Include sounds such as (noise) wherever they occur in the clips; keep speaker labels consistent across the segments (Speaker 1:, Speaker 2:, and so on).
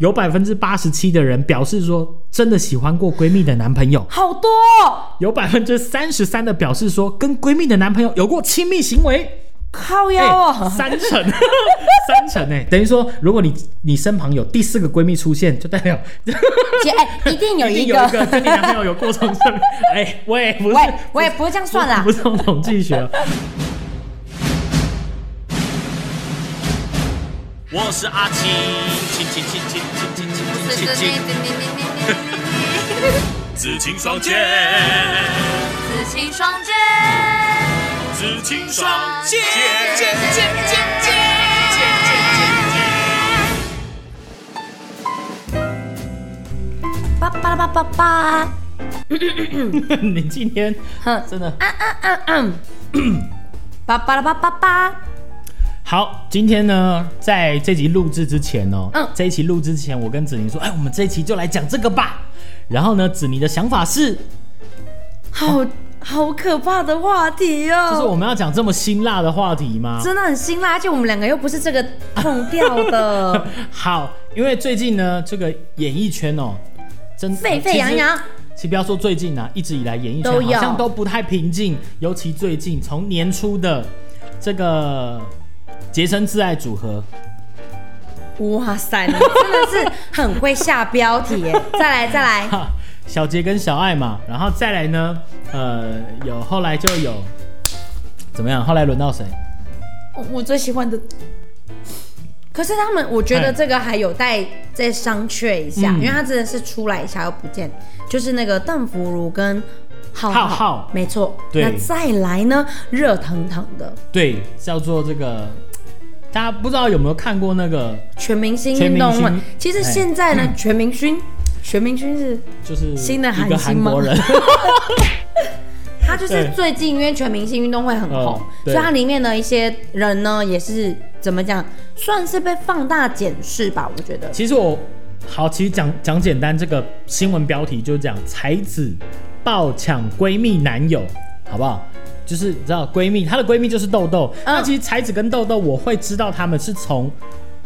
Speaker 1: 有百分之八十七的人表示说真的喜欢过闺蜜的男朋友，
Speaker 2: 好多、哦，
Speaker 1: 有百分之三十三的表示说跟闺蜜的男朋友有过亲密行为，
Speaker 2: 靠
Speaker 1: 哎、
Speaker 2: 腰哦， (laughs)
Speaker 1: 三成，三成哎、等于说如果你你身旁有第四个闺蜜出现，就代表
Speaker 2: 姐
Speaker 1: (laughs)
Speaker 2: 哎、一定有
Speaker 1: 一定
Speaker 2: 一
Speaker 1: 有一个跟你男朋友有过从甚。哎、喂，不是，
Speaker 2: 喂喂，不是这样算啦
Speaker 1: 不，是用统计学。
Speaker 3: 我是阿青，青青青青青青青青青，紫青双剑，
Speaker 4: 紫青双剑，
Speaker 3: 紫青双
Speaker 4: 双
Speaker 3: 剑
Speaker 4: 剑，剑剑剑剑
Speaker 2: 叭叭叭叭叭，
Speaker 1: (laughs) 你今天
Speaker 2: 哼，
Speaker 1: 真的
Speaker 2: 叭叭啦叭叭叭，
Speaker 1: 好，今天呢，在这集录制之前哦，
Speaker 2: 嗯
Speaker 1: 这一期录制之前，我跟子宁说，哎，我们这一期就来讲这个吧。然后呢，子宁的想法是，
Speaker 2: (laughs) 好好可怕的话题
Speaker 1: 就是
Speaker 2: 哦。
Speaker 1: 我们要讲这么辛辣的话题吗？
Speaker 2: 真的很辛辣，而且我们两个又不是这个痛调的，
Speaker 1: (laughs) 好，因为最近呢，这个演艺圈哦，真
Speaker 2: 沸沸扬。扬
Speaker 1: 其实其实不要说最近啊，一直以来演艺圈
Speaker 2: 都
Speaker 1: 好
Speaker 2: 有
Speaker 1: 像都不太平静，尤其最近从年初的这个洁身自爱组合，
Speaker 2: 哇塞，你真的是很会下标题 (laughs) 耶！再来再来，
Speaker 1: 哈，小杰跟小爱嘛，然后再来呢，呃，有后来就有怎么样？后来轮到谁？
Speaker 2: 我我最喜欢的。可是他们，我觉得
Speaker 1: 哎
Speaker 2: 这个还有待再商榷一下，
Speaker 1: 嗯
Speaker 2: 因为他真的是出来一下又不见，就是那个邓福如跟浩
Speaker 1: 浩浩
Speaker 2: 没错。
Speaker 1: 对
Speaker 2: 那再来呢，热腾腾的
Speaker 1: 对，叫做这个，大家不知道有没有看过那个，
Speaker 2: 全明星
Speaker 1: 全
Speaker 2: 运
Speaker 1: 明
Speaker 2: 动
Speaker 1: 星
Speaker 2: 会。其实
Speaker 1: 哎
Speaker 2: 现在呢，全明星，全明星是
Speaker 1: 就是
Speaker 2: 新的
Speaker 1: 一个
Speaker 2: 韩
Speaker 1: 韩
Speaker 2: 星吗
Speaker 1: 国人，
Speaker 2: 他就是
Speaker 1: 对
Speaker 2: 最近因为全明星运动会很红
Speaker 1: 嗯，
Speaker 2: 所
Speaker 1: 对
Speaker 2: 以它里面的一些人呢，也是怎么讲，算是被放大检视吧，我觉得。
Speaker 1: 其实我好，其实讲讲简单，这个新闻标题就是讲才子爆抢闺蜜男友，好不好？就是你知道闺蜜，她的闺蜜就是豆豆。
Speaker 2: 嗯
Speaker 1: 那其实才子跟豆豆，我会知道他们是从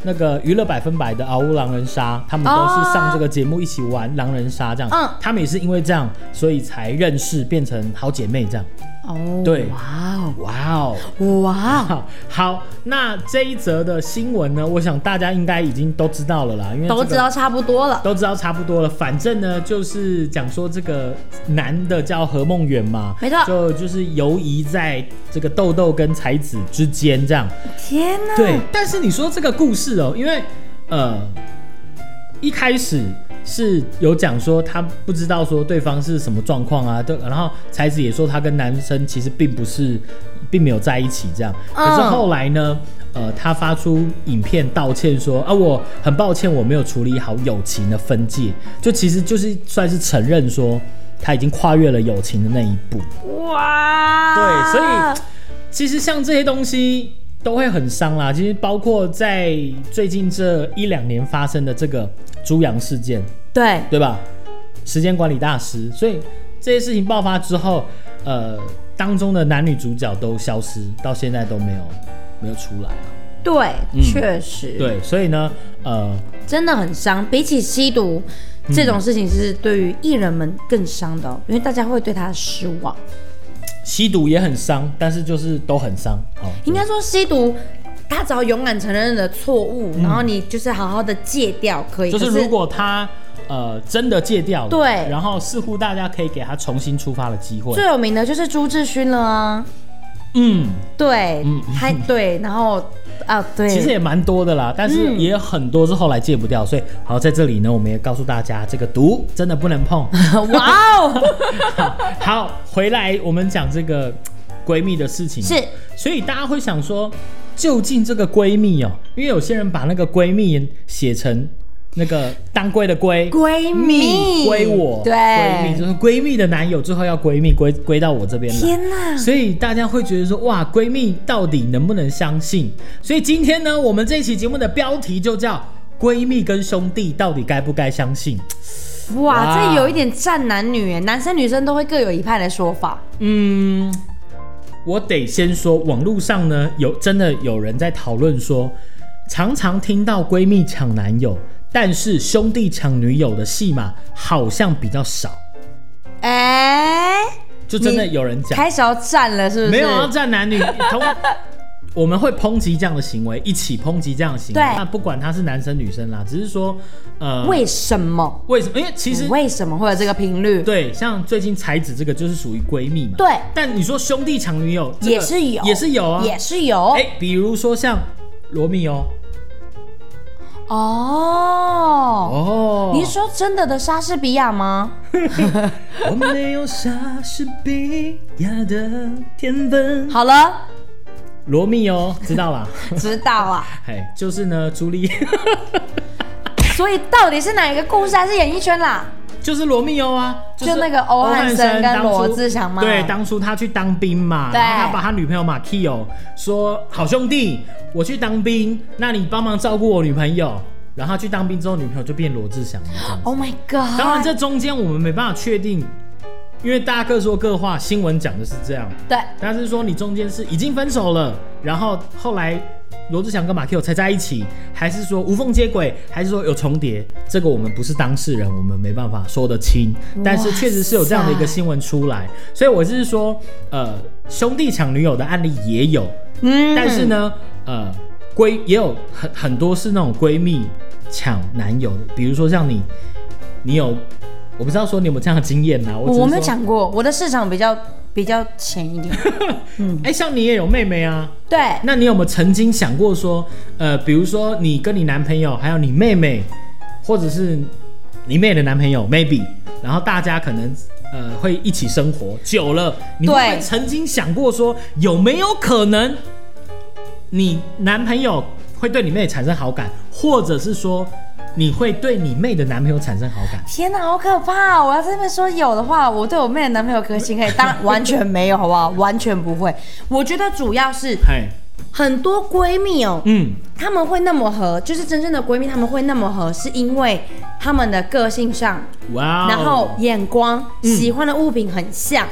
Speaker 1: 那个娱乐百分百的《嗷呜狼人杀》，他们都是上这个节目一起玩狼人杀这样。
Speaker 2: 嗯
Speaker 1: 他们也是因为这样，所以才认识，变成好姐妹这样。
Speaker 2: 哦，
Speaker 1: 对
Speaker 2: 哇
Speaker 1: 哇哦！
Speaker 2: 哦，哇哦，
Speaker 1: 好好，那这一则的新闻呢，我想大家应该已经都知道了啦，因为、这
Speaker 2: 都
Speaker 1: 个
Speaker 2: 知道差不多了。
Speaker 1: 都知道差不多了。反正呢，就是讲说这个男的叫何梦远嘛，
Speaker 2: 没错
Speaker 1: 就就是游移在这个豆豆跟才子之间这样。
Speaker 2: 天哪！
Speaker 1: 对，啊但是你说这个故事哦，因为呃，一开始是有讲说他不知道说对方是什么状况啊，对，然后才子也说他跟男生其实并不是，并没有在一起这样。可是
Speaker 2: 嗯
Speaker 1: 后来呢，呃，他发出影片道歉说啊，我很抱歉我没有处理好友情的分界，就其实就是算是承认说他已经跨越了友情的那一步。
Speaker 2: 哇，
Speaker 1: 对所以其实像这些东西都会很伤啦。其实包括在最近这一两年发生的这个猪羊事件，
Speaker 2: 对
Speaker 1: 对吧？时间管理大师，所以这些事情爆发之后，呃，当中的男女主角都消失，到现在都没有没有出来啊。
Speaker 2: 对，确实，，
Speaker 1: 对，所以呢，呃，
Speaker 2: 真的很伤。比起吸毒这种事情，是对于艺人们更伤的哦，因为大家会对他失望。
Speaker 1: 吸毒也很伤，但是就是都很伤。哦好、
Speaker 2: 应该说吸毒。他只要勇敢承认了错误，然后你就是好好的戒掉，可以。
Speaker 1: 嗯就是
Speaker 2: 可
Speaker 1: 如果他呃真的戒掉了，
Speaker 2: 对
Speaker 1: 然后似乎大家可以给他重新出发的机会。
Speaker 2: 最有名的就是朱志勋了啊，
Speaker 1: 嗯，
Speaker 2: 对，还对，然后啊，对，
Speaker 1: 其实也蛮多的啦，但是也有很多是后来戒不掉，所以好在这里呢，我们也告诉大家，这个毒真的不能
Speaker 2: (laughs)
Speaker 1: 碰。
Speaker 2: 哇哦，
Speaker 1: 好，回来我们讲这个闺蜜的事情， (laughs)
Speaker 2: 是，
Speaker 1: 所以大家会想说，究竟这个闺蜜哦，因为有些人把那个闺蜜写成那个当归的归。
Speaker 2: 闺蜜
Speaker 1: 归我，
Speaker 2: 对，
Speaker 1: 闺蜜就是闺蜜的男友，最后要闺蜜归归到我这边来。
Speaker 2: 天 (laughs) 哪，
Speaker 1: 所以大家会觉得说，哇，闺蜜到底能不能相信？所以今天呢，我们这一期节目的标题就叫“闺蜜跟兄弟到底该不该相信
Speaker 2: 哇，
Speaker 1: 哇
Speaker 2: 这有一点站男女耶，男生女生都会各有一派的说法，”。
Speaker 1: 嗯，我得先说，网络上呢有真的有人在讨论说，常常听到闺蜜抢男友，但是兄弟抢女友的戏码好像比较少，
Speaker 2: 哎、
Speaker 1: 就真的有人讲
Speaker 2: 开始要站了，是不是？
Speaker 1: 没有啊要站男女同，
Speaker 2: (laughs)
Speaker 1: 我们会抨击这样的行为，一起抨击这样的行为。
Speaker 2: 对
Speaker 1: 那不管他是男生女生啦，只是说，呃，
Speaker 2: 为什么？
Speaker 1: 为什么？因为其实
Speaker 2: 为什么会有这个频率？
Speaker 1: 对，像最近才子这个就是属于闺蜜嘛。
Speaker 2: 对
Speaker 1: 但你说兄弟抢女友、这个
Speaker 2: 也是有，
Speaker 1: 也是有啊。
Speaker 2: 也是有。
Speaker 1: 哎，比如说像罗密欧
Speaker 2: 哦，
Speaker 1: 哦，
Speaker 2: 你是说真的的莎士比亚吗？
Speaker 1: 我没有莎士比亚的天分。
Speaker 2: 好了，
Speaker 1: 罗密欧知道 (laughs) 啦，
Speaker 2: 知道啊。
Speaker 1: 哎，就是呢，朱莉，
Speaker 2: 所以到底是哪一个故事，还是演艺圈啦？
Speaker 1: 就是罗密欧啊，是
Speaker 2: 就那个欧汉
Speaker 1: 欧
Speaker 2: 生跟
Speaker 1: 当初
Speaker 2: 罗志祥嘛
Speaker 1: 对，当初他去当兵嘛，
Speaker 2: 对
Speaker 1: 然后他把他女朋友马 k i o 说好兄弟，我去当兵，那你帮忙照顾我女朋友。然后他去当兵之后，女朋友就变罗志祥了。这样子
Speaker 2: Oh my god！
Speaker 1: 当然，这中间我们没办法确定，因为大家各说各话，新闻讲的是这样。
Speaker 2: 对
Speaker 1: 但是说你中间是已经分手了，然后后来罗志祥跟马 Q 才在一起，还是说无缝接轨，还是说有重叠？这个我们不是当事人，我们没办法说得清。但是确实是有这样的一个新闻出来，所以我是说，呃，兄弟抢女友的案例也有，
Speaker 2: 嗯
Speaker 1: 但是呢，呃，闺也有很很多是那种闺蜜抢男友的，比如说像你，你有。我不知道说你有没有这样的经验啊呐、我只
Speaker 2: 我
Speaker 1: 是
Speaker 2: 我没有
Speaker 1: 说
Speaker 2: 讲过，我的市场比较比较浅一点。 (laughs)
Speaker 1: 哎、像你也有妹妹啊，
Speaker 2: 对，
Speaker 1: 那你有没有曾经想过说，呃，比如说你跟你男朋友，还有你妹妹，或者是你妹的男朋友，maybe，然后大家可能呃会一起生活久了，你会不会
Speaker 2: 对
Speaker 1: 曾经想过说，有没有可能你男朋友会对你妹产生好感，或者是说你会对你妹的男朋友产生好感？
Speaker 2: 天哪，好可怕、啊我要这边说有的话，我对我妹的男朋友可行可以，当然完全没有，好不 (laughs) 好？完全不会。我觉得主要是
Speaker 1: 嘿，
Speaker 2: 很多闺蜜哦，
Speaker 1: 嗯，
Speaker 2: 她们会那么合，就是真正的闺蜜，她们会那么合，是因为她们的个性上，
Speaker 1: 哇、哦，
Speaker 2: 然后眼光、
Speaker 1: 嗯
Speaker 2: 喜欢的物品很像，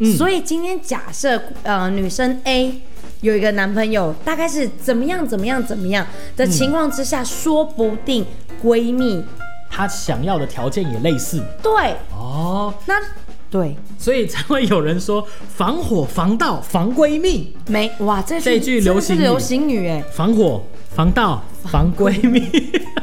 Speaker 1: 嗯
Speaker 2: 所以今天假设呃女生 A 有一个男朋友，大概是怎么样怎么样怎么样的情况之下，说不定闺蜜
Speaker 1: 他想要的条件也类似
Speaker 2: 对
Speaker 1: 哦，
Speaker 2: 那对
Speaker 1: 所以才会有人说防火、防盗、防闺蜜，
Speaker 2: 没哇这
Speaker 1: 这句
Speaker 2: 真
Speaker 1: 流
Speaker 2: 的是
Speaker 1: 行语
Speaker 2: 流行语哎，
Speaker 1: 防火、防盗、防闺蜜。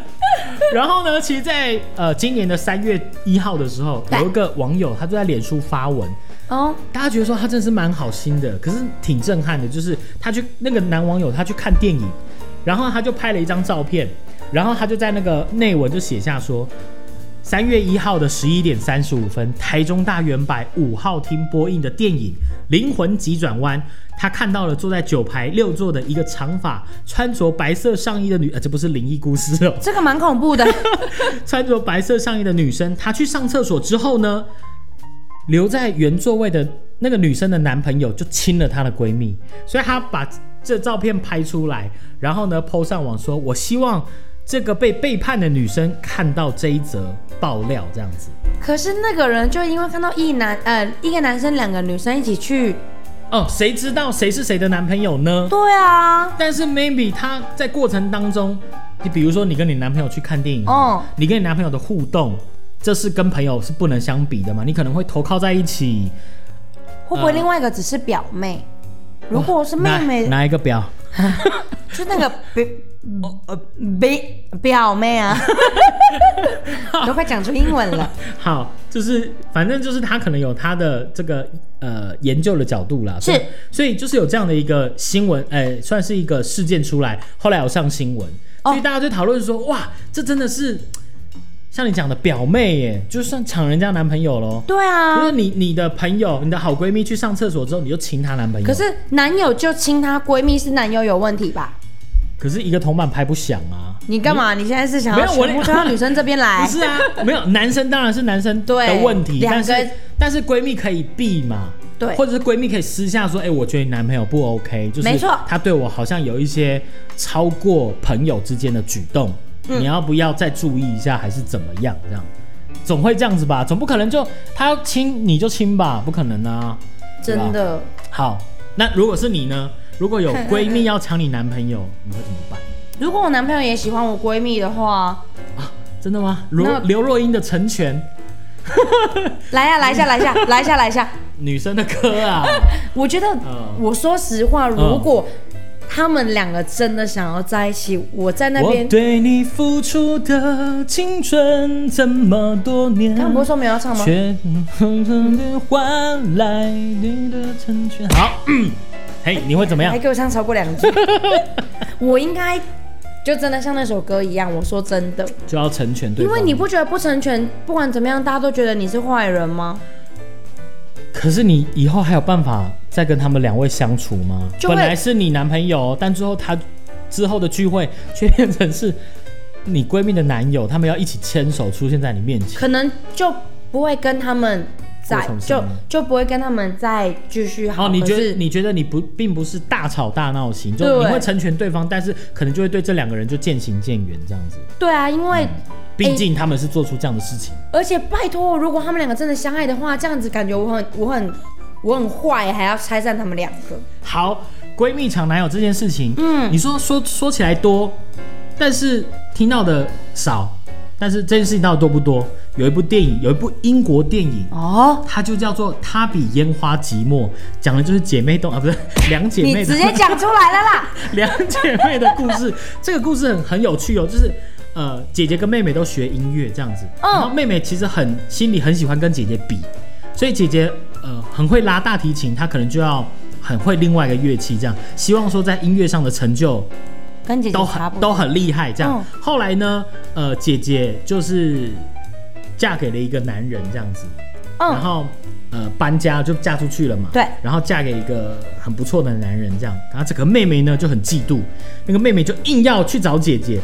Speaker 1: (laughs) 然后呢，其实在，呃今年的三月一号的时候，
Speaker 2: 对
Speaker 1: 有一个网友他就在脸书发文，
Speaker 2: 哦
Speaker 1: 大家觉得说他真的是蛮好心的，可是挺震撼的，就是他去那个男网友他去看电影，然后他就拍了一张照片，然后他就在那个内文就写下说。三月一号的十一点三十五分，台中大圆柏五号厅播映的电影《灵魂急转弯》，他看到了坐在九排六座的一个长发、穿着白色上衣的女，呃，这不是灵异故事哦，
Speaker 2: 这个蛮
Speaker 1: (laughs)
Speaker 2: 恐怖的，
Speaker 1: 穿着白色上衣的女生，她去上厕所之后呢，留在原座位的那个女生的男朋友就亲了她的闺蜜，所以她把这照片拍出来，然后呢，PO 上网说，我希望这个被背叛的女生看到这一则爆料，这样子。
Speaker 2: 可是那个人就因为看到一男呃一个男生两个女生一起去，
Speaker 1: 哦，谁知道谁是谁的男朋友呢？
Speaker 2: 对啊，
Speaker 1: 但是 maybe 她在过程当中，你比如说你跟你男朋友去看电影，
Speaker 2: 哦
Speaker 1: 你跟你男朋友的互动，这是跟朋友是不能相比的嘛？你可能会投靠在一起。
Speaker 2: 会不会
Speaker 1: 嗯
Speaker 2: 另外一个只是表妹？如果是妹
Speaker 1: 哪
Speaker 2: 妹，
Speaker 1: 哪一个表？
Speaker 2: 就那
Speaker 1: (laughs)
Speaker 2: 个表
Speaker 1: 哦
Speaker 2: 呃表表
Speaker 1: (laughs)
Speaker 2: 妹啊，都快讲出英文了。
Speaker 1: 好，就是反正就是他可能有他的这个呃研究的角度啦，所以
Speaker 2: 是
Speaker 1: 所以就是有这样的一个新闻，呃，算是一个事件出来，后来有上新闻，
Speaker 2: 哦
Speaker 1: 所以大家就讨论说，哇，这真的是像你讲的表妹耶，就算抢人家男朋友喽。
Speaker 2: 对
Speaker 1: 就
Speaker 2: 啊
Speaker 1: 是，你你的朋友，你的好闺蜜去上厕所之后，你就亲她男朋友。
Speaker 2: 可是男友就亲她闺蜜，是男友有问题吧？
Speaker 1: 可是一个铜板拍不响啊。
Speaker 2: 你干嘛？你现在是想
Speaker 1: 没
Speaker 2: 要
Speaker 1: 有我
Speaker 2: 全部推到女生这边
Speaker 1: (laughs)
Speaker 2: 来
Speaker 1: 不？是啊，没有男生当然是男生的
Speaker 2: 对
Speaker 1: 问题，
Speaker 2: 两
Speaker 1: 但
Speaker 2: 个
Speaker 1: 是但是闺蜜可以避嘛，
Speaker 2: 对
Speaker 1: 或者是闺蜜可以私下说，哎、我觉得你男朋友不 OK，就是
Speaker 2: 没错
Speaker 1: 他对我好像有一些超过朋友之间的举动，
Speaker 2: 嗯
Speaker 1: 你要不要再注意一下，还是怎么样？这样总会这样子吧，总不可能就他要亲你就亲吧，不可能啊，对吧
Speaker 2: 真。的，
Speaker 1: 好，那如果是你呢？如果有闺蜜要抢你男朋友，你会怎么办？
Speaker 2: 如果我男朋友也喜欢我闺蜜的话，
Speaker 1: 真的吗？刘
Speaker 2: (laughs) 那
Speaker 1: 刘若英的《成全》，
Speaker 2: 来呀、
Speaker 1: 嗯
Speaker 2: 来一下，来一下，来一下，来一下。
Speaker 1: 女生的歌啊，
Speaker 2: 我觉得
Speaker 1: 嗯，
Speaker 2: 我说实话，如果他们两个真的想要在一起，我在那
Speaker 1: 我
Speaker 2: 边，
Speaker 1: 对你付出的青春这么多年，
Speaker 2: 他们不是说没有要唱吗？
Speaker 1: 却狠狠的换来你的成全。好， (clears throat) 嗯嘿，你会怎么样
Speaker 2: 还？给我唱超
Speaker 1: (laughs)
Speaker 2: 过两句，我应该就真的像那首歌一样。我说真的，
Speaker 1: 就要成全对
Speaker 2: 因
Speaker 1: 方。
Speaker 2: 为你不觉得不成全，不管怎么样，大家都觉得你是坏人吗？
Speaker 1: 可是你以后还有办法再跟他们两位相处吗？
Speaker 2: 就会
Speaker 1: 本来是你男朋友，但之后他之后的聚会却变成是你闺蜜的男友，他们要一起牵手出现在你面前。
Speaker 2: 可能就不会跟他们
Speaker 1: 过
Speaker 2: 再
Speaker 1: 从甚
Speaker 2: 就
Speaker 1: 密
Speaker 2: 就不会跟他们再继续好。
Speaker 1: 哦，你觉
Speaker 2: 可是
Speaker 1: 得你觉得你不并不是大吵大闹型，就
Speaker 2: 对
Speaker 1: 你会成全对方，但是可能就会对这两个人就渐行渐远这样子。
Speaker 2: 对啊，因
Speaker 1: 嗯
Speaker 2: 为、
Speaker 1: 毕竟他们是做出这样的事情，
Speaker 2: 而且拜托，如果他们两个真的相爱的话，这样子感觉我很我很我很坏，还要拆散他们两个。
Speaker 1: 好，闺蜜抢男友这件事情，
Speaker 2: 嗯
Speaker 1: 你说说说起来多，但是听到的少，但是这件事情到底多不多？有一部电影，有一部英国电影，
Speaker 2: 哦，
Speaker 1: 它就叫做《她比烟花寂寞》，讲的就是姐妹洞啊，不是两姐
Speaker 2: 你
Speaker 1: 妹的
Speaker 2: 直接讲出来了
Speaker 1: (laughs)
Speaker 2: 啦！
Speaker 1: 两姐妹的故事。这个故事很很有趣哦，就是呃，姐姐跟妹妹都学音乐这样子，
Speaker 2: 嗯
Speaker 1: 然后妹妹其实很心里很喜欢跟姐姐比，所以姐姐呃很会拉大提琴，她可能就要很会另外一个乐器这样，希望说在音乐上的成就
Speaker 2: 跟姐姐
Speaker 1: 都
Speaker 2: 差
Speaker 1: 很
Speaker 2: 不
Speaker 1: 都
Speaker 2: 多。
Speaker 1: 很厉害这样。
Speaker 2: 嗯
Speaker 1: 后来呢，呃，姐姐就是嫁给了一个男人这样子，然
Speaker 2: 嗯，
Speaker 1: 后呃搬家就嫁出去了嘛。
Speaker 2: 对
Speaker 1: 然后嫁给一个很不错的男人这样，然后这个妹妹呢就很嫉妒，那个妹妹就硬要去找姐姐，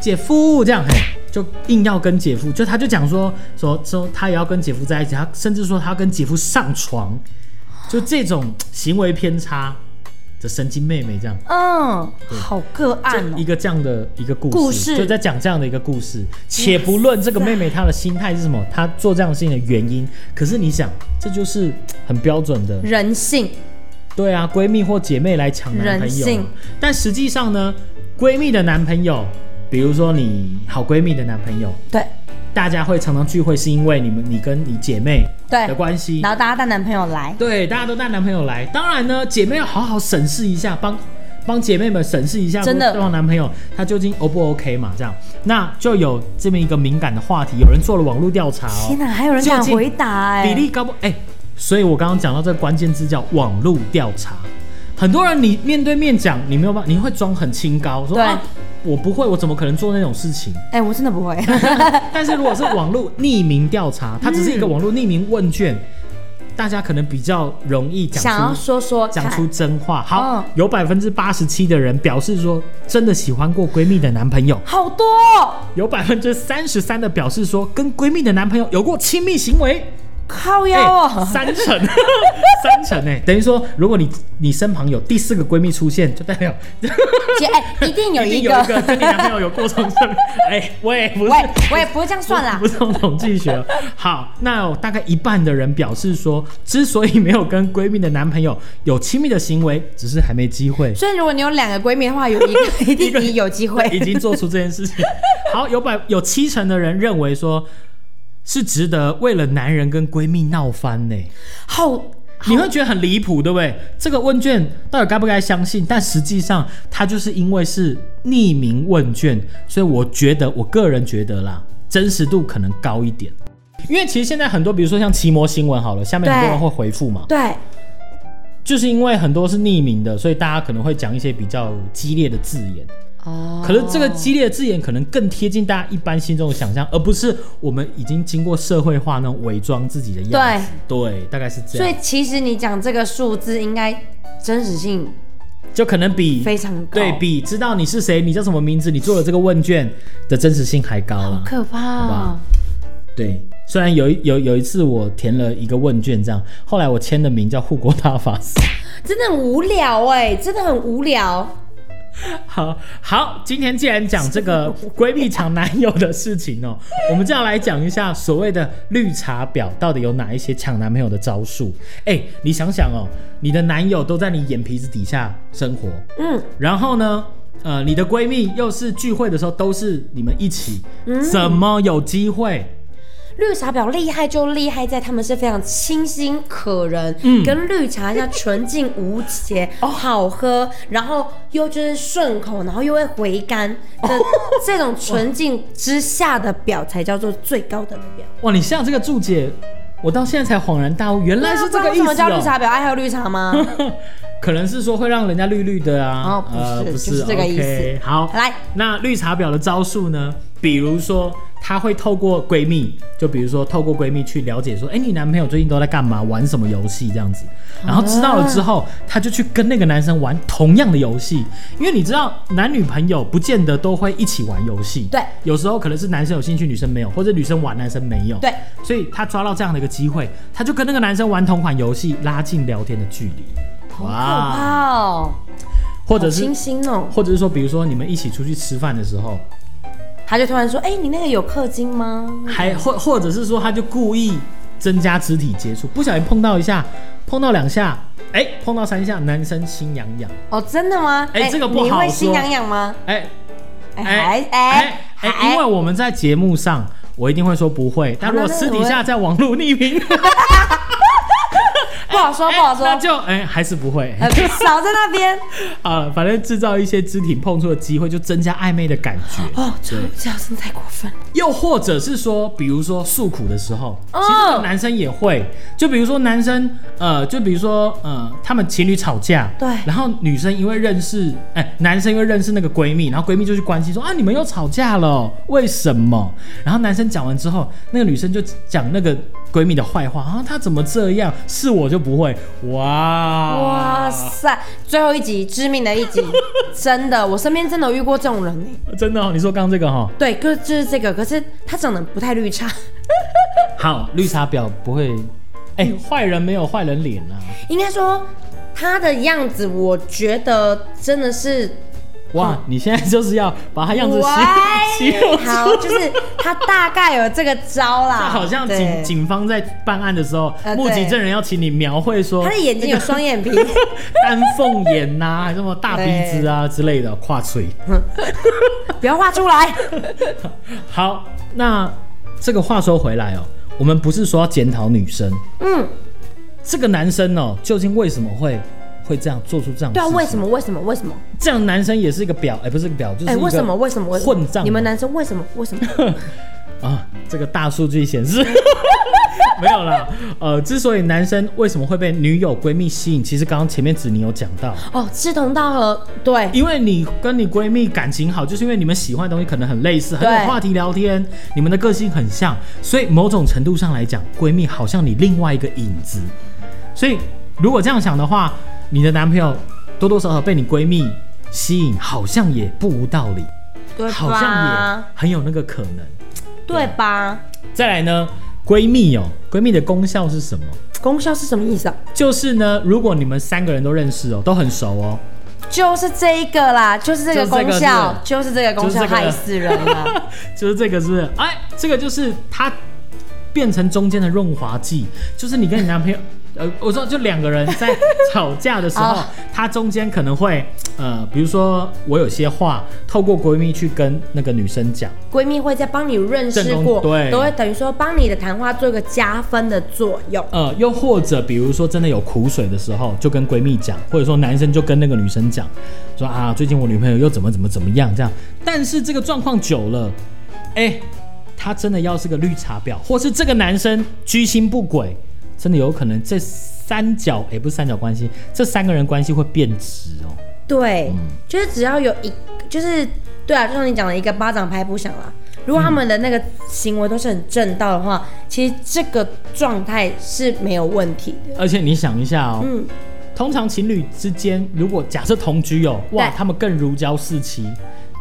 Speaker 1: 姐夫这样嘿。就硬要跟姐夫，就她就讲说说说她也要跟姐夫在一起，她甚至说她要跟姐夫上床，就这种行为偏差的神经妹妹这样。
Speaker 2: 嗯，好个案
Speaker 1: 就
Speaker 2: 哦
Speaker 1: 一。个这样的一个故事，
Speaker 2: 故事
Speaker 1: 就在讲这样的一个故事。且不论这个妹妹她的心态是什么，她做这样的事情的原因，可是你想，这就是很标准的，
Speaker 2: 人性，
Speaker 1: 对啊，闺蜜或姐妹来抢男
Speaker 2: 人
Speaker 1: 朋友
Speaker 2: 性
Speaker 1: 啊。但实际上呢，闺蜜的男朋友，比如说你好闺蜜的男朋友，
Speaker 2: 对
Speaker 1: 大家会常常聚会，是因为你们你跟你姐妹
Speaker 2: 对
Speaker 1: 的。关系
Speaker 2: 然，后大家带男朋友来，
Speaker 1: 对，大家都带男朋友来。当然呢，姐妹要好好审视一下，帮帮姐妹们审视一下，
Speaker 2: 真的
Speaker 1: 对方男朋友他究竟 O 不 OK 嘛？这样，那就有这么一个敏感的话题，有人做了网络调查哦。
Speaker 2: 天哪，还有人敢回答哎、
Speaker 1: 比例高不？哎、所以我刚刚讲到这个关键字叫网络调查。很多人你面对面讲，你没有办法，你会装很清高，说
Speaker 2: 对
Speaker 1: 啊，我不会，我怎么可能做那种事情？
Speaker 2: 哎、我真的不会。 (laughs)
Speaker 1: 但是如果是网络匿名调查，它只是一个网络匿名问卷，大家可能比较容易 (laughs) 讲出
Speaker 2: 想要说说
Speaker 1: 讲
Speaker 2: 看，
Speaker 1: 出真话。好，
Speaker 2: 嗯
Speaker 1: 有百分之八十七的人表示说真的喜欢过闺蜜的男朋友，
Speaker 2: 好多、哦，
Speaker 1: 有百分之三十三的表示说跟闺蜜的男朋友有过亲密行为，
Speaker 2: 靠
Speaker 1: 哎、
Speaker 2: 腰哦、
Speaker 1: 三成，三成哎、等于说如果你你身旁有第四个闺蜜出现，就代表
Speaker 2: (laughs) 姐哎、一定
Speaker 1: (laughs)
Speaker 2: 有
Speaker 1: 一定
Speaker 2: 一
Speaker 1: 有
Speaker 2: 个，
Speaker 1: 一个
Speaker 2: (laughs)
Speaker 1: 跟你男朋友有过从甚密。哎、喂，不是
Speaker 2: 喂喂，不会这样算啦
Speaker 1: 不，是统计学。好，那有大概一半的人表示说，之所以没有跟闺蜜的男朋友有亲密的行为，只是还没机会。
Speaker 2: 所以如果你有两个闺蜜的话，有一
Speaker 1: (laughs)
Speaker 2: 个一定你有机会。
Speaker 1: 已经做出这件事情。好，有百有七成的人认为说是值得为了男人跟闺蜜闹翻呢、
Speaker 2: 好，
Speaker 1: 你会觉得很离谱，对不对？这个问卷到底该不该相信？但实际上，它就是因为是匿名问卷，所以我觉得，我个人觉得啦，真实度可能高一点。因为其实现在很多，比如说像奇摩新闻好了，下面很多人会回复嘛，
Speaker 2: 对，
Speaker 1: 就是因为很多是匿名的，所以大家可能会讲一些比较激烈的字眼。
Speaker 2: 哦
Speaker 1: 可是这个激烈的字眼可能更贴近大家一般心中的想象，而不是我们已经经过社会化那种伪装自己的样子。对，大概是这
Speaker 2: 所
Speaker 1: 样。
Speaker 2: 以其实你讲这个数字应该真实性
Speaker 1: 就可能比
Speaker 2: 非常高
Speaker 1: 对比知道你是谁，你叫什么名字，你做了这个问卷的真实性还高
Speaker 2: 好
Speaker 1: 了。
Speaker 2: 可怕
Speaker 1: 好吧
Speaker 2: 哦，
Speaker 1: 对，虽然有一有有一次我填了一个问卷，这样后来我签的名叫护国大法师。
Speaker 2: 真的很无聊哎、真的很无聊。
Speaker 1: 好好，今天既然讲这
Speaker 2: (laughs)
Speaker 1: 个闺蜜抢男友的事情哦，我们就要来讲一下所谓的绿茶婊到底有哪一些抢男朋友的招数。哎，你想想哦，你的男友都在你眼皮子底下生活，
Speaker 2: 嗯，
Speaker 1: 然后呢，呃，你的闺蜜又是聚会的时候都是你们一起，
Speaker 2: 嗯
Speaker 1: 怎么有机会？
Speaker 2: 绿茶婊厉害就厉害在他们是非常清新可人，
Speaker 1: 嗯
Speaker 2: 跟绿茶一样纯净无邪，
Speaker 1: 哦
Speaker 2: 好喝，然后又就是顺口，然后又会回甘的
Speaker 1: 哦
Speaker 2: (laughs) 这种纯净之下的婊才叫做最高等的婊。
Speaker 1: 哇，你像这个注解，我到现在才恍然大悟，原来是这
Speaker 2: 那
Speaker 1: 个
Speaker 2: 为
Speaker 1: 意
Speaker 2: 什
Speaker 1: 思、
Speaker 2: 么叫绿
Speaker 1: 哦。
Speaker 2: 茶婊？爱喝绿茶
Speaker 1: (laughs)
Speaker 2: 吗？
Speaker 1: 可能是说会让人家绿绿的啊，
Speaker 2: 哦不是
Speaker 1: 呃、不
Speaker 2: 就是这个意思
Speaker 1: OK，好，
Speaker 2: 来
Speaker 1: 那绿茶婊的招数呢？比如说，她会透过闺蜜，就比如说透过闺蜜去了解说，哎、你男朋友最近都在干嘛，玩什么游戏这样子。然后知道了之后，她就去跟那个男生玩同样的游戏，因为你知道，男女朋友不见得都会一起玩游戏，
Speaker 2: 对
Speaker 1: 有时候可能是男生有兴趣，女生没有，或者女生玩男生没有，
Speaker 2: 对。
Speaker 1: 所以她抓到这样的一个机会，她就跟那个男生玩同款游戏，拉近聊天的距离。
Speaker 2: 好可怕哦，
Speaker 1: 或者
Speaker 2: 好
Speaker 1: 是
Speaker 2: 清新哦。
Speaker 1: 或者是说，比如说你们一起出去吃饭的时候，
Speaker 2: 他就突然说：“哎，你那个有氪金吗？”
Speaker 1: 还或或者是说他就故意增加肢体接触，不小心碰到一下，碰到两下，哎、碰到三下，男生心痒痒，
Speaker 2: 哦，真的吗？
Speaker 1: 哎这个不好
Speaker 2: 你
Speaker 1: 说
Speaker 2: 会心痒痒吗？
Speaker 1: 哎
Speaker 2: 哎，还哎
Speaker 1: 哎，因为我们在节目上，我一定会说不会，但如果私底下在网络匿名，
Speaker 2: 不好说，不好说
Speaker 1: 那，就哎、还是不会。
Speaker 2: 呃，少在
Speaker 1: (laughs)
Speaker 2: 那边。
Speaker 1: 啊，反正制造一些肢体碰触的机会，就增加暧昧的感觉。
Speaker 2: 哦，这这样真的太过分了。
Speaker 1: 又或者是说，比如说诉苦的时候，
Speaker 2: 哦
Speaker 1: 其实男生也会，就比如说男生，呃，就比如说，呃，他们情侣吵架，
Speaker 2: 对
Speaker 1: 然后女生因为认识，哎、男生因为认识那个闺蜜，然后闺蜜就去关心说啊，你们又吵架了，为什么？然后男生讲完之后，那个女生就讲那个闺蜜的坏话啊，她怎么这样？是我就不会，哇
Speaker 2: 哇，塞，最后一集致命的一
Speaker 1: (laughs)
Speaker 2: 集，真的，我身边真的有遇过这种人呢。
Speaker 1: 真的、哦，你说刚刚这个哈、哦，
Speaker 2: 对，可就是这个，可是他长得不太绿茶， (laughs)
Speaker 1: 好，绿茶婊不会，哎、坏人没有坏人脸啊。
Speaker 2: 应该说他的样子，我觉得真的是
Speaker 1: 哇，
Speaker 2: 嗯
Speaker 1: 你现在就是要把他样子
Speaker 2: 喂
Speaker 1: 形形容
Speaker 2: 好，
Speaker 1: 出，
Speaker 2: 就是他大概有这个招
Speaker 1: (laughs)
Speaker 2: 啦。
Speaker 1: 好像警
Speaker 2: 对
Speaker 1: 警方在办案的时候
Speaker 2: 呃，
Speaker 1: 目击
Speaker 2: 对
Speaker 1: 证人要请你描绘说
Speaker 2: 他的眼睛有双
Speaker 1: (laughs)
Speaker 2: 眼皮，
Speaker 1: 丹凤眼呐、还是什么大鼻子啊之类的，跨嘴。
Speaker 2: 不要画出来。
Speaker 1: 好，那这个话说回来哦，我们不是说要检讨女生，
Speaker 2: 嗯，
Speaker 1: 这个男生哦，究竟为什么会会这样做出这样的事
Speaker 2: 对啊，
Speaker 1: 情？
Speaker 2: 为什么？为什么？为什么？
Speaker 1: 这样男生也是一个表，哎、不是一个表，就是一个
Speaker 2: 哎，为什么？为什么？为什么
Speaker 1: 混账？
Speaker 2: 你们男生为什么？为什么？
Speaker 1: 啊，这个大数据显
Speaker 2: (laughs)
Speaker 1: 示没有啦。呃，之所以男生为什么会被女友闺蜜吸引，其实刚刚前面子你有讲到，
Speaker 2: 哦，志同道合，对，
Speaker 1: 因为你跟你闺蜜感情好，就是因为你们喜欢的东西可能很类似，很
Speaker 2: 对
Speaker 1: 有话题聊天，你们的个性很像，所以某种程度上来讲，闺蜜好像你另外一个影子。所以如果这样想的话，你的男朋友多多少少被你闺蜜吸引，好像也不无道理，
Speaker 2: 对
Speaker 1: 好像也
Speaker 2: 吧？
Speaker 1: 很有那个可能。
Speaker 2: 对吧？
Speaker 1: 再来呢，闺蜜哦，闺蜜的功效是什么？
Speaker 2: 功效是什么意思啊？
Speaker 1: 就是呢，如果你们三个人都认识哦，都很熟哦， (laughs)
Speaker 2: 就是这一个啦，就是这个功效，
Speaker 1: 就
Speaker 2: 就是这个功效，
Speaker 1: 就是这个
Speaker 2: 害死人 (laughs) 了。
Speaker 1: 就是这个是不是？哎，这个就是它变成中间的润滑剂，就是你跟你男朋友。 (laughs) 呃，我说就两个人在吵架的时候
Speaker 2: 哦，
Speaker 1: 他中间可能会，呃，比如说我有些话透过闺蜜去跟那个女生讲，
Speaker 2: 闺蜜会在帮你认识
Speaker 1: 正宫
Speaker 2: 过，
Speaker 1: 对
Speaker 2: 都会等于说帮你的谈话做一个加分的作用。
Speaker 1: 呃，又或者比如说真的有苦水的时候，就跟闺蜜讲，或者说男生就跟那个女生讲，说啊，最近我女朋友又怎么怎么怎么样这样。但是这个状况久了，哎，他真的要是个绿茶婊，或是这个男生居心不轨，真的有可能这三角也不是三角关系，这三个人关系会变直哦。
Speaker 2: 对，就是只要有一，就是对啊，就像你讲的，一个巴掌拍不响啦。如果他们的那个行为都是很正道的话，其实这个状态是没有问题的。
Speaker 1: 而且你想一下哦，
Speaker 2: 嗯，
Speaker 1: 通常情侣之间，如果假设同居哦，哇，
Speaker 2: 对
Speaker 1: 他们更如胶似漆。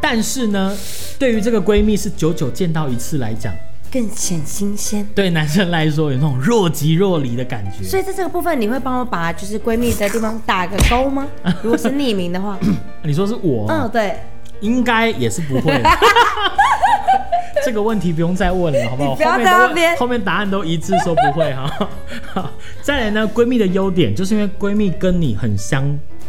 Speaker 1: 但是呢，对于这个闺蜜是久久见到一次来讲，
Speaker 2: 更显新鲜。
Speaker 1: 对男生来说有那种若即若离的感觉。
Speaker 2: 所以在这个部分，你会帮我把就是闺蜜的地方打个勾
Speaker 1: (laughs)
Speaker 2: 吗？如果是匿名的话，
Speaker 1: 你说是我，
Speaker 2: 嗯，对，
Speaker 1: 应该也是不
Speaker 2: (laughs)
Speaker 1: 会的。这个问题不用再问了，好不好？
Speaker 2: 你不要
Speaker 1: 后面
Speaker 2: 在
Speaker 1: 都
Speaker 2: 那边
Speaker 1: 后面答案都一致说 (laughs) 不会哈。好再来呢，闺蜜的优点就是因为闺蜜跟你很相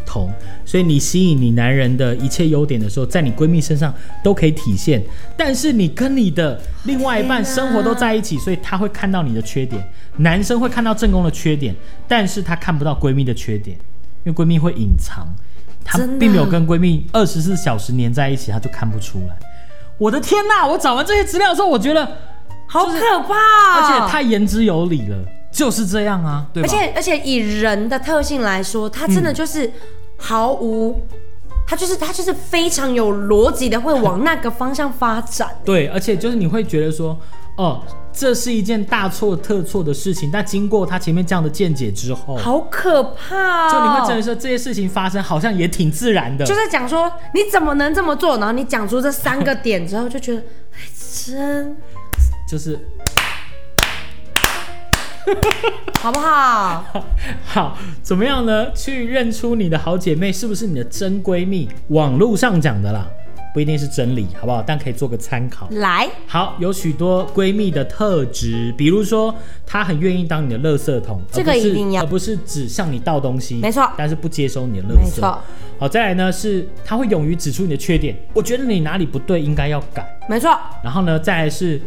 Speaker 1: 同，所以你吸引你男人的一切优点的时候，在你闺蜜身上都可以体现。但是你跟你的另外一半
Speaker 2: 天哪
Speaker 1: 生活都在一起，所以他会看到你的缺点，男生会看到正宫的缺点，但是他看不到闺蜜的缺点，因为闺蜜会隐藏，她
Speaker 2: 真的
Speaker 1: 并没有跟闺蜜二十四小时黏在一起，她就看不出来。我的天呐！我找完这些资料之后，我觉得，
Speaker 2: 好可怕、
Speaker 1: 而且太言之有理了，就是这样啊，对吧？
Speaker 2: 而且而且以人的特性来说，他真的
Speaker 1: 嗯
Speaker 2: 就是毫无，他就是他就是非常有逻辑的，会往那个方向发展。
Speaker 1: 对，而且就是你会觉得说，哦，这是一件大错特错的事情，但经过他前面这样的见解之后，
Speaker 2: 好可怕、
Speaker 1: 嗯
Speaker 2: 哦！
Speaker 1: 就你会真的说这些事情发生好像也挺自然的，
Speaker 2: 就是讲说你怎么能这么做，然后你讲出这三个点之后，就觉得哎，真
Speaker 1: 就是
Speaker 2: 好不好？
Speaker 1: 好，怎么样呢？去认出你的好姐妹是不是你的真闺蜜？网络上讲的啦，不一定是真理，好不好？但可以做个参考。
Speaker 2: 来，
Speaker 1: 好，有许多闺蜜的特质，比如说她很愿意当你的垃圾桶，
Speaker 2: 这个
Speaker 1: 而不是
Speaker 2: 一定要
Speaker 1: 而不是只向你倒东西，
Speaker 2: 没错
Speaker 1: 但是不接收你的垃圾。
Speaker 2: 没错。
Speaker 1: 好，再来呢是她会勇于指出你的缺点，我觉得你哪里不对，应该要改。
Speaker 2: 没错，
Speaker 1: 然后呢，再来是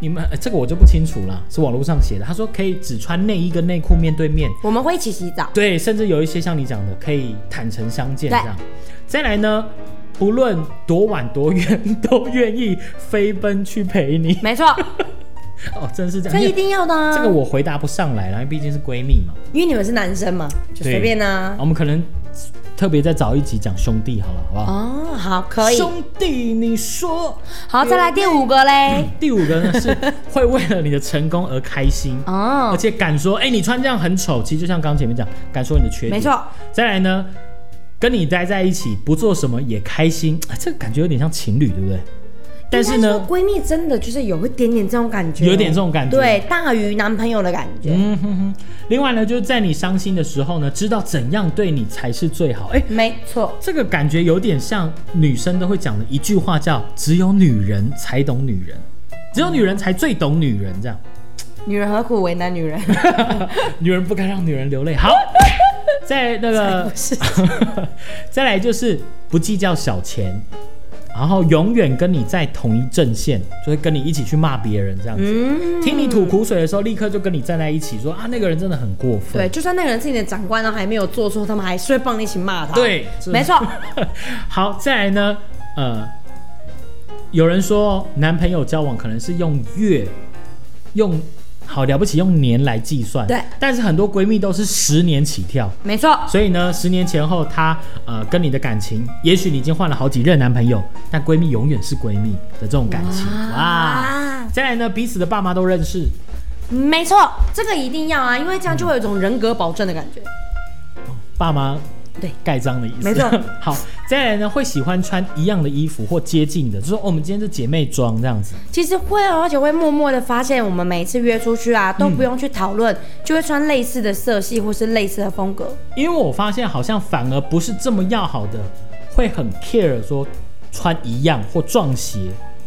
Speaker 1: 你们、呃这个我就不清楚了，是网络上写的，他说可以只穿内衣跟内裤面对面，
Speaker 2: 我们会一起洗澡。
Speaker 1: 对，甚至有一些像你讲的，可以坦诚相见这
Speaker 2: 对
Speaker 1: 样。再来呢，不论多晚多远，都愿意飞奔去陪你。 (laughs)
Speaker 2: 没错，
Speaker 1: 哦，真是这样，
Speaker 2: 这
Speaker 1: 因为
Speaker 2: 一定要的、啊。
Speaker 1: 这个，我回答不上来啦，因为毕竟是闺蜜嘛，
Speaker 2: 因为你们是男生嘛，就随便啊。
Speaker 1: 我们可能特别再找一集讲兄弟好了，好不好？
Speaker 2: 哦，好，可以。
Speaker 1: 兄弟，你说
Speaker 2: 好，再来第五个嘞。
Speaker 1: 第五个呢是会为了你的成功而开心，而
Speaker 2: (laughs) 哦，
Speaker 1: 且敢说，哎、你穿这样很丑，其实就像刚前面讲，敢说你的缺点，
Speaker 2: 没错。
Speaker 1: 再来呢，跟你待在一起不做什么也开心，哎，这个感觉有点像情侣，对不对？但是
Speaker 2: 应该
Speaker 1: 呢
Speaker 2: 说，闺蜜真的就是有一点点这种感觉哦，
Speaker 1: 有点这种感觉。
Speaker 2: 对，大于男朋友的感觉。
Speaker 1: 嗯哼哼。另外呢，就是在你伤心的时候呢，知道怎样对你才是最好。哎，
Speaker 2: 没错，
Speaker 1: 这个感觉有点像女生都会讲的一句话，叫“只有女人才懂女人”。只有女人才最懂女人，这样，
Speaker 2: 女人何苦为难女人？
Speaker 1: 女人不该让女人流泪。
Speaker 2: (laughs)
Speaker 1: 好，在那个， (laughs) 再来就是不计较小钱，然后永远跟你在同一阵线，就会跟你一起去骂别人这样子。
Speaker 2: 嗯，
Speaker 1: 听你吐苦水的时候，立刻就跟你站在一起说啊，那个人真的很过分。
Speaker 2: 对，就算那个人是你的长官，然后还没有做错，他们还是会帮你一起骂他。
Speaker 1: 对，是
Speaker 2: 没错。
Speaker 1: (laughs) 好，再来呢，呃，有人说男朋友交往可能是用月，用好了不起用年来计算，
Speaker 2: 对
Speaker 1: 但是很多闺蜜都是十年起跳。
Speaker 2: 没
Speaker 1: (laughs)
Speaker 2: 错，
Speaker 1: 所以呢，十年前后，她呃跟你的感情，也许你已经换了好几任男朋友，但闺蜜永远是闺蜜的这种感情哇
Speaker 2: 哇
Speaker 1: 再来呢，彼此的爸妈都认识，
Speaker 2: 啊没错，这个一定要啊，因为这样就会有一种人格保证的感觉。
Speaker 1: 爸妈
Speaker 2: 对
Speaker 1: 盖章的意思。
Speaker 2: 没错。
Speaker 1: (laughs) 好，再来呢，会喜欢穿一样的衣服或接近的，就说、哦我们今天是姐妹装这样子。
Speaker 2: 其实会哦，而且会默默的发现，我们每一次约出去
Speaker 1: 嗯
Speaker 2: 啊，都不用去讨论，就会穿类似的色系或是类似的风格。
Speaker 1: 因为我发现好像反而不是这么要好的，会很 care 说穿一样或撞鞋，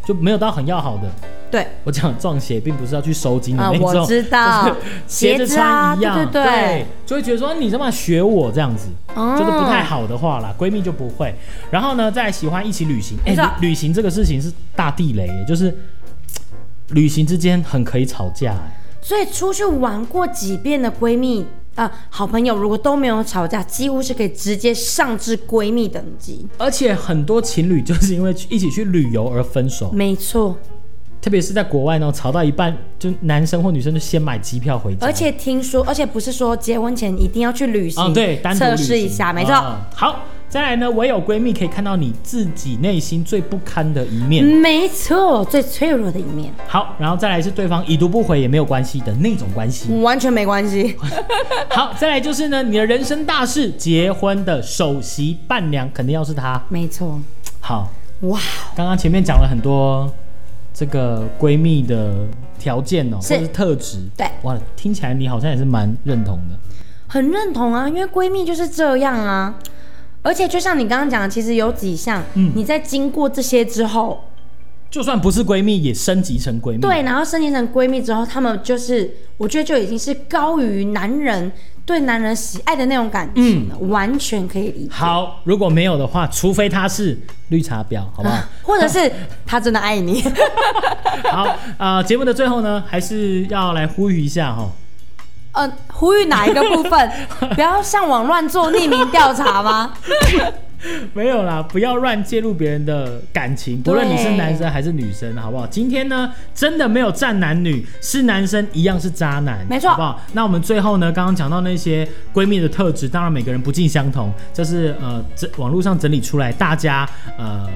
Speaker 1: 就没有到很要好的。
Speaker 2: 对，
Speaker 1: 我讲撞鞋，并不是要去收金的
Speaker 2: 啊
Speaker 1: 那种，
Speaker 2: 我知道
Speaker 1: 就是鞋子
Speaker 2: 鞋子啊
Speaker 1: 穿一样，
Speaker 2: 对对对
Speaker 1: 就会觉得说你这么学我这样子，
Speaker 2: 哦
Speaker 1: 就是不太好的话啦，闺蜜就不会。然后呢，再喜欢一起旅行，哎、
Speaker 2: 没错
Speaker 1: 旅旅行这个事情是大地雷，就是嘖旅行之间很可以吵架、哎
Speaker 2: 所以出去玩过几遍的闺蜜啊、呃好朋友，如果都没有吵架，几乎是可以直接上至闺蜜等级。
Speaker 1: 而且很多情侣就是因为去一起去旅游而分手，
Speaker 2: 没错，
Speaker 1: 特别是在国外呢，吵到一半就男生或女生就先买机票回家，
Speaker 2: 而且听说，而且不是说结婚前一定要去旅行，
Speaker 1: 啊、对，单独
Speaker 2: 测
Speaker 1: 旅
Speaker 2: 试一
Speaker 1: 行
Speaker 2: 下，没错。
Speaker 1: 啊好，再来呢，唯有闺蜜可以看到你自己内心最不堪的一面。
Speaker 2: 没错，最脆弱的一面
Speaker 1: 好，然后再来是对方已读不回也没有关系的那种关系。
Speaker 2: 完全没
Speaker 1: (laughs)
Speaker 2: 关系。
Speaker 1: 好，再来就是呢，你的人生大事，结婚的首席伴娘肯定要是她。
Speaker 2: 没错，
Speaker 1: 好，
Speaker 2: 哇，
Speaker 1: 刚刚前面讲了很多这个闺蜜的条件哦，
Speaker 2: 是
Speaker 1: 或是特质。
Speaker 2: 对
Speaker 1: 哇，听起来你好像也是蛮认同的。
Speaker 2: 很认同啊，因为闺蜜就是这样啊。而且就像你刚刚讲的，其实有几项，
Speaker 1: 嗯
Speaker 2: 你在经过这些之后，
Speaker 1: 就算不是闺蜜，也升级成闺蜜。
Speaker 2: 对，然后升级成闺蜜之后，她们就是我觉得就已经是高于男人对男人喜爱的那种感
Speaker 1: 嗯
Speaker 2: 情了，完全可以理解。
Speaker 1: 好，如果没有的话，除非他是绿茶婊，好不好？
Speaker 2: 或者是 (laughs) 他真的爱你， (laughs)
Speaker 1: 好啊、呃节目的最后呢，还是要来呼吁一下哈、
Speaker 2: 呃，呼吁哪一个部
Speaker 1: (laughs)
Speaker 2: 分？不要上网乱做匿名调查吗？
Speaker 1: 没有啦，不要乱介入别人的感情，不论你是男生还是女生，好不好？今天呢，真的没有站男女，是男生一样是渣男，
Speaker 2: 没错
Speaker 1: 好不好？那我们最后呢，刚刚讲到那些闺蜜的特质，当然每个人不尽相同，这是呃这网络上整理出来大家呃。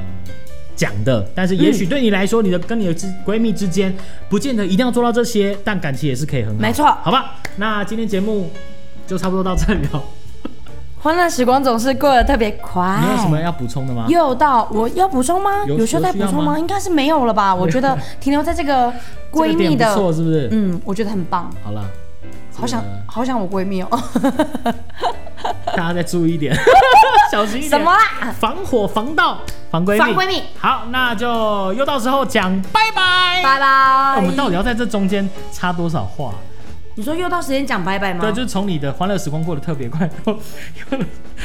Speaker 1: 讲的，但是也许对你来说，你的跟你的之闺蜜之间，不见得一定要做到这些，但感情也是可以很好，
Speaker 2: 没错
Speaker 1: 好吧？那今天节目就差不多到这里了，哦
Speaker 2: 欢乐时光总是过得特别快。
Speaker 1: 你有什么要补充的吗？
Speaker 2: 又到我要补充吗？
Speaker 1: 啊有
Speaker 2: 有需要再补
Speaker 1: 有
Speaker 2: 充
Speaker 1: 需要吗
Speaker 2: 吗？应该是没有了吧？我
Speaker 1: (laughs)
Speaker 2: 觉得停留在这个
Speaker 1: 这个
Speaker 2: 闺蜜
Speaker 1: 点
Speaker 2: 的
Speaker 1: 不，错，是不是？
Speaker 2: 嗯，我觉得很棒，
Speaker 1: 好了，
Speaker 2: 好想
Speaker 1: 啊
Speaker 2: 好想我闺蜜哦。
Speaker 1: 大家再注意一
Speaker 2: (laughs)
Speaker 1: 点，小心一点。
Speaker 2: 什么啦
Speaker 1: 防火、防盗、防闺蜜。
Speaker 2: 防闺蜜。
Speaker 1: 好，那就又到时候讲 (laughs) 拜拜。哎
Speaker 2: 拜拜。
Speaker 1: 我们到底要在这中间插多少话？
Speaker 2: 你说又到时间讲拜拜吗？
Speaker 1: 对，就是从你的欢乐时光过得特别快， (laughs)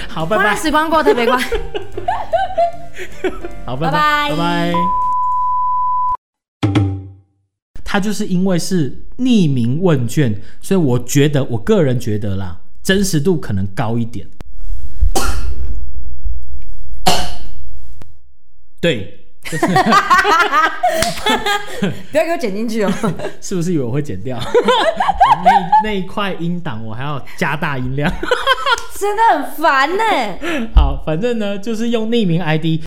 Speaker 1: 好，拜
Speaker 2: 欢乐
Speaker 1: 拜，
Speaker 2: 时光过得特
Speaker 1: (laughs)
Speaker 2: 别快。
Speaker 1: 好，拜拜，
Speaker 2: 拜拜
Speaker 1: 拜拜。他就是因为是匿名问卷，所以我觉得，我个人觉得啦，真实度可能高一点。对，
Speaker 2: 不要给我剪
Speaker 1: (laughs)
Speaker 2: 进去哦。
Speaker 1: 是不是以为我会剪掉？ (laughs) 那那一块音档我还要加大音量。 (laughs)
Speaker 2: 真的很烦呢、
Speaker 1: 好，反正呢就是用匿名 ID